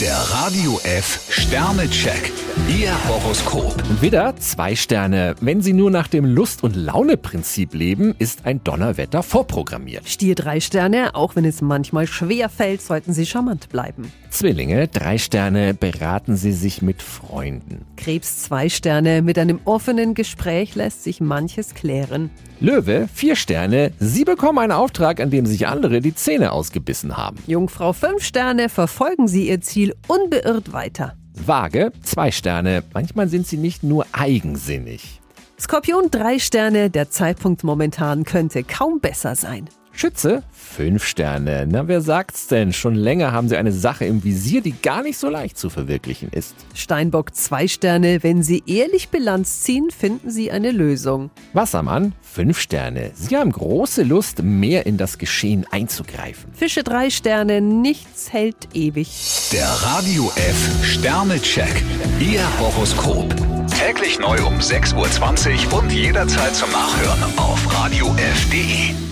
Der Radio F Sternecheck. Ihr Horoskop. Widder, zwei Sterne. Wenn Sie nur nach dem Lust- und Laune-Prinzip leben, ist ein Donnerwetter vorprogrammiert. Stier drei Sterne, auch wenn es manchmal schwer fällt, sollten Sie charmant bleiben. Zwillinge, drei Sterne. Beraten Sie sich mit Freunden. Krebs zwei Sterne, mit einem offenen Gespräch lässt sich manches klären. Löwe, vier Sterne. Sie bekommen einen Auftrag, an dem sich andere die Zähne ausgebissen haben. Jungfrau fünf Sterne, verfolgen Sie Ihr Ziel unbeirrt weiter. Waage, zwei Sterne. Manchmal sind Sie nicht nur eigensinnig. Skorpion drei Sterne, der Zeitpunkt momentan könnte kaum besser sein. Schütze, fünf Sterne. Na, wer sagt's denn? Schon länger haben Sie eine Sache im Visier, die gar nicht so leicht zu verwirklichen ist. Steinbock zwei Sterne, wenn Sie ehrlich Bilanz ziehen, finden Sie eine Lösung. Wassermann, 5 Sterne. Sie haben große Lust, mehr in das Geschehen einzugreifen. Fische drei Sterne, nichts hält ewig. Der Radio F Sternecheck. Ihr Horoskop. Täglich neu um 6.20 Uhr und jederzeit zum Nachhören auf Radio radiof.de.